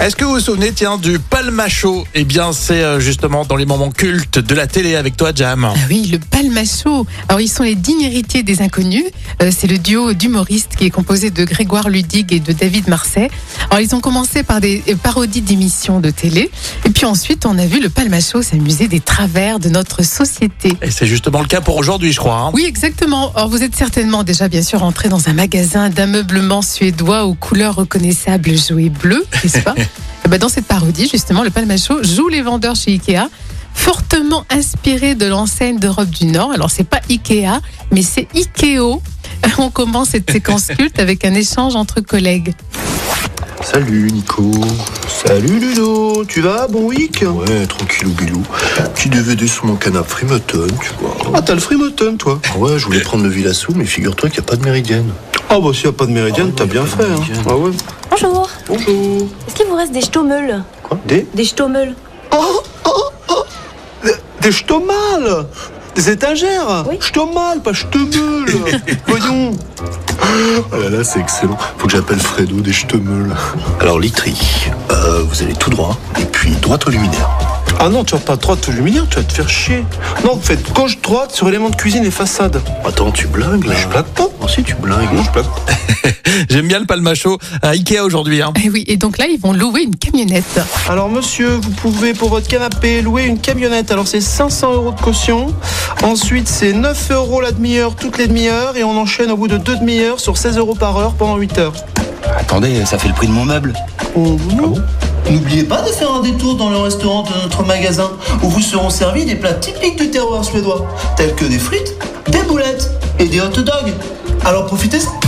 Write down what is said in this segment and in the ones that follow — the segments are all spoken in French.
Est-ce que vous vous souvenez, tiens, du palmacho Eh bien, c'est euh, justement dans les moments cultes de la télé avec toi, Jam. Ah oui, le Palmacho. Alors, ils sont les dignes héritiers des inconnus. Euh, c'est le duo d'humoristes qui est composé de Grégoire Ludig et de David Marseille. Alors, ils ont commencé par des euh, parodies d'émissions de télé. Et puis ensuite, on a vu le Palmacho s'amuser des travers de notre société. Et c'est justement le cas pour aujourd'hui, je crois. hein. Oui, exactement. Or, vous êtes certainement déjà, bien sûr, entré dans un magasin d'ameublement suédois aux couleurs reconnaissables jouées bleues, n'est-ce pas Eh ben, Dans cette parodie, justement, le Palmacho joue les vendeurs chez Ikea, fortement inspiré de l'enseigne d'Europe du Nord. Alors, c'est pas Ikea, mais c'est Ikeo. On commence cette séquence culte avec un échange entre collègues. Salut Nico. Salut Ludo, tu vas Bon week Ouais, tranquille ou bilou. Petit DVD sur mon canapé Freematon, tu vois. Ah, t'as le Freematon, toi Ah Ouais, je voulais prendre le Villa Sous, mais figure-toi qu'il n'y a pas de méridienne. Ah, bah, s'il n'y a pas de méridienne, Ah, t'as ouais, bien y a pas fait. de Hein. méridienne. Ah, ouais. Bonjour. Bonjour. Est-ce qu'il vous reste des ch'tomeuls Quoi Des. Des ch'tomeuls Des ch'tomales Des étagères Oui. Ch'tomales, pas ch'temeule Voyons Oh là là, c'est excellent. Faut que j'appelle Fredo des Ch'temeuls. Alors, Litry, euh, vous allez tout droit, et puis droite au luminaire. Ah non, tu vas pas droite au luminaire, tu vas te faire chier. Non, faites gauche, droite sur éléments de cuisine et façade. Attends, tu blagues là Je plaque pas. Oh, si, tu blagues. Non, je plaque pas. J'aime bien le palmacho à Ikea aujourd'hui. hein. Et Eh oui, et donc là, ils vont louer une camionnette. Alors, monsieur, vous pouvez pour votre canapé louer une camionnette. Alors, c'est 500 euros de caution. Ensuite, c'est 9 euros la demi-heure toutes les demi-heures. Et on enchaîne au bout de deux demi-heures sur 16 euros par heure pendant 8 heures. Attendez, ça fait le prix de mon meuble. N'oubliez pas de faire un détour dans le restaurant de notre magasin où vous seront servis des plats typiques du terroir suédois, tels que des frites, des boulettes et des hot dogs. Alors profitez-en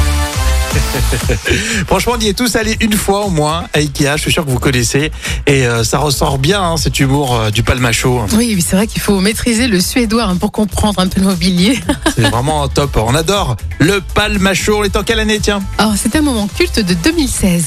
Franchement, on y est tous allés une fois au moins à Ikea. Je suis sûr que vous connaissez. Et euh, ça ressort bien, hein, cet humour euh, du palmacho. Oui, oui, c'est vrai qu'il faut maîtriser le suédois hein, pour comprendre un peu le mobilier. C'est vraiment top. On adore le palmacho. On est en quelle année, tiens Alors, c'est un moment culte de 2016.